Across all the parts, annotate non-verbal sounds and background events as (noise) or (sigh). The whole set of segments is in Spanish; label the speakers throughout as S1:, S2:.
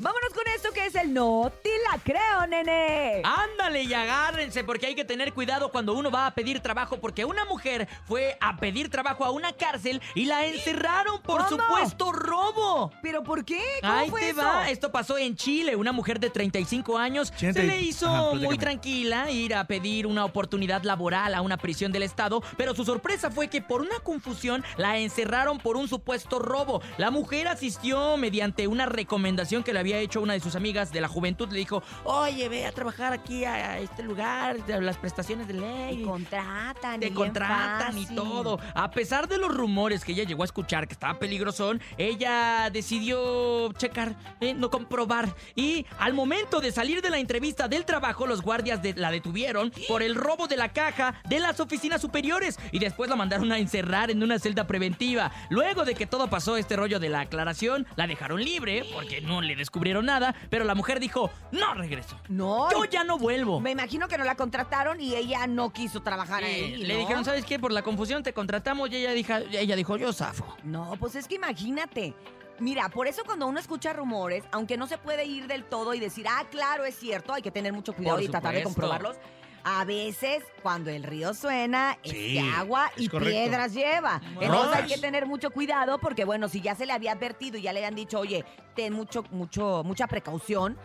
S1: Vámonos con esto que es el No te la creo, nene.
S2: Ah. Ándale y agárrense porque hay que tener cuidado cuando uno va a pedir trabajo porque una mujer fue a pedir trabajo a una cárcel y la encerraron por
S1: ¿Cómo?
S2: supuesto robo.
S1: ¿Pero por qué? ¿Cómo
S2: Ahí
S1: fue
S2: te
S1: eso?
S2: va, esto pasó en Chile. Una mujer de 35 años
S3: Siente-
S2: se le hizo
S3: Ajá, platícame.
S2: muy tranquila ir a pedir una oportunidad laboral a una prisión del Estado, pero su sorpresa fue que por una confusión la encerraron por un supuesto robo. La mujer asistió mediante una recomendación que le había hecho una de sus amigas de la juventud. Le dijo, oye, ve a trabajar aquí a a este lugar, de las prestaciones de ley.
S1: Te contratan.
S2: Te
S1: y bien
S2: contratan y
S1: fácil.
S2: todo. A pesar de los rumores que ella llegó a escuchar que estaba peligrosón, ella decidió checar, eh, no comprobar. Y al momento de salir de la entrevista del trabajo, los guardias de- la detuvieron por el robo de la caja de las oficinas superiores y después la mandaron a encerrar en una celda preventiva. Luego de que todo pasó este rollo de la aclaración, la dejaron libre porque no le descubrieron nada, pero la mujer dijo, no regreso.
S1: No.
S2: Yo ya no vuelvo.
S1: Me imagino que no la contrataron y ella no quiso trabajar
S2: Sí,
S1: ahí.
S2: Eh, le
S1: ¿no?
S2: dijeron, ¿sabes qué? Por la confusión te contratamos y ella dijo, ella dijo yo zafo.
S1: No, pues es que imagínate. Mira, por eso cuando uno escucha rumores, aunque no se puede ir del todo y decir, ah, claro, es cierto, hay que tener mucho cuidado
S2: Por
S1: y tratar de
S2: supuesto. Pues,
S1: comprobarlos. A veces, cuando el río suena, es
S3: Sí,
S1: que agua
S3: es
S1: y
S3: correcto.
S1: piedras lleva. Entonces hay
S3: Rocas.
S1: que tener mucho cuidado porque, bueno, si ya se le había advertido y ya le habían dicho, oye, ten mucho, mucho, mucha precaución,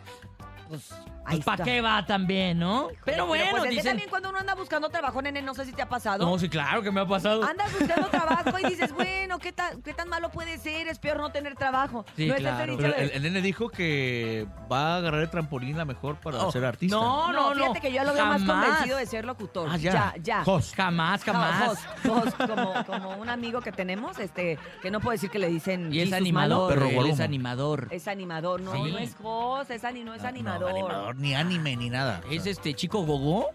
S1: pues ahí
S2: Pues, ¿Para
S1: está.
S2: qué va también, no? Pero
S1: Pues,
S2: bueno,
S1: es que
S2: dicen...
S1: también cuando uno anda buscando trabajo, nene, no sé si te ha pasado.
S2: No, sí, claro que me ha pasado.
S1: Andas buscando trabajo y dices, bueno, ¿qué tan, ¿qué tan malo puede ser? Es peor no tener trabajo.
S2: Sí,
S1: no es ese
S2: claro.
S1: dicho
S3: Pero
S1: de-
S3: el, el nene dijo que va a agarrar el trampolín la mejor para
S2: Oh,
S3: ser artista.
S2: No, no, no.
S1: Fíjate que yo lo veo más
S2: Jamás.
S1: convencido de ser locutor.
S3: Ah,
S1: ya,
S3: ya.
S1: ya.
S3: Jos.
S2: Jamás,
S1: No,
S2: jamás.
S1: Jos, Jos, como, como un amigo que tenemos, este, que no puedo decir que le dicen.
S2: y es
S1: Jesus
S2: animador.
S1: Malone.
S3: Perro
S2: él es
S3: guarumo.
S2: animador. Es,
S1: Es animador, no,
S2: Sí.
S1: no es Jos, es ani- no es
S3: No,
S1: animador.
S3: animador, ni anime, ni nada. O sea,
S2: este chico gogó.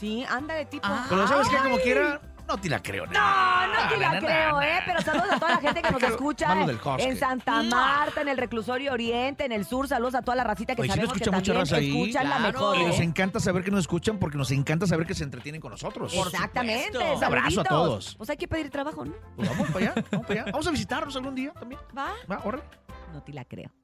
S1: Sí, ándale, tipo.
S2: Ah.
S3: Pero ¿sabes qué? Como
S1: Ay.
S3: quiera, no te la creo. nene.
S1: No, no te la
S3: na, na,
S1: creo,
S3: na.
S1: ¿eh? Pero saludos a toda la gente que
S3: (laughs)
S1: nos
S3: Claro,
S1: escucha
S3: malo
S1: eh,
S3: del Husky.
S1: en Santa Marta, en el Reclusorio Oriente, en el sur. Saludos a toda la racita que
S3: Oye, sí nos
S1: sabemos que
S3: escucha mucha
S1: también
S3: raza ahí.
S1: escuchan la
S2: Claro.
S1: mejor,
S3: Y nos
S1: ¿eh?
S3: encanta saber que nos escuchan porque nos encanta saber que se entretienen con nosotros.
S2: Por
S1: Exactamente.
S2: supuesto.
S3: Un abrazo a
S1: saluditos.
S3: todos.
S1: Pues hay que pedir trabajo, ¿no?
S3: Pues vamos para allá, vamos para allá. Vamos a visitarnos algún día también.
S1: Va.
S3: Va, órale.
S1: No te la creo.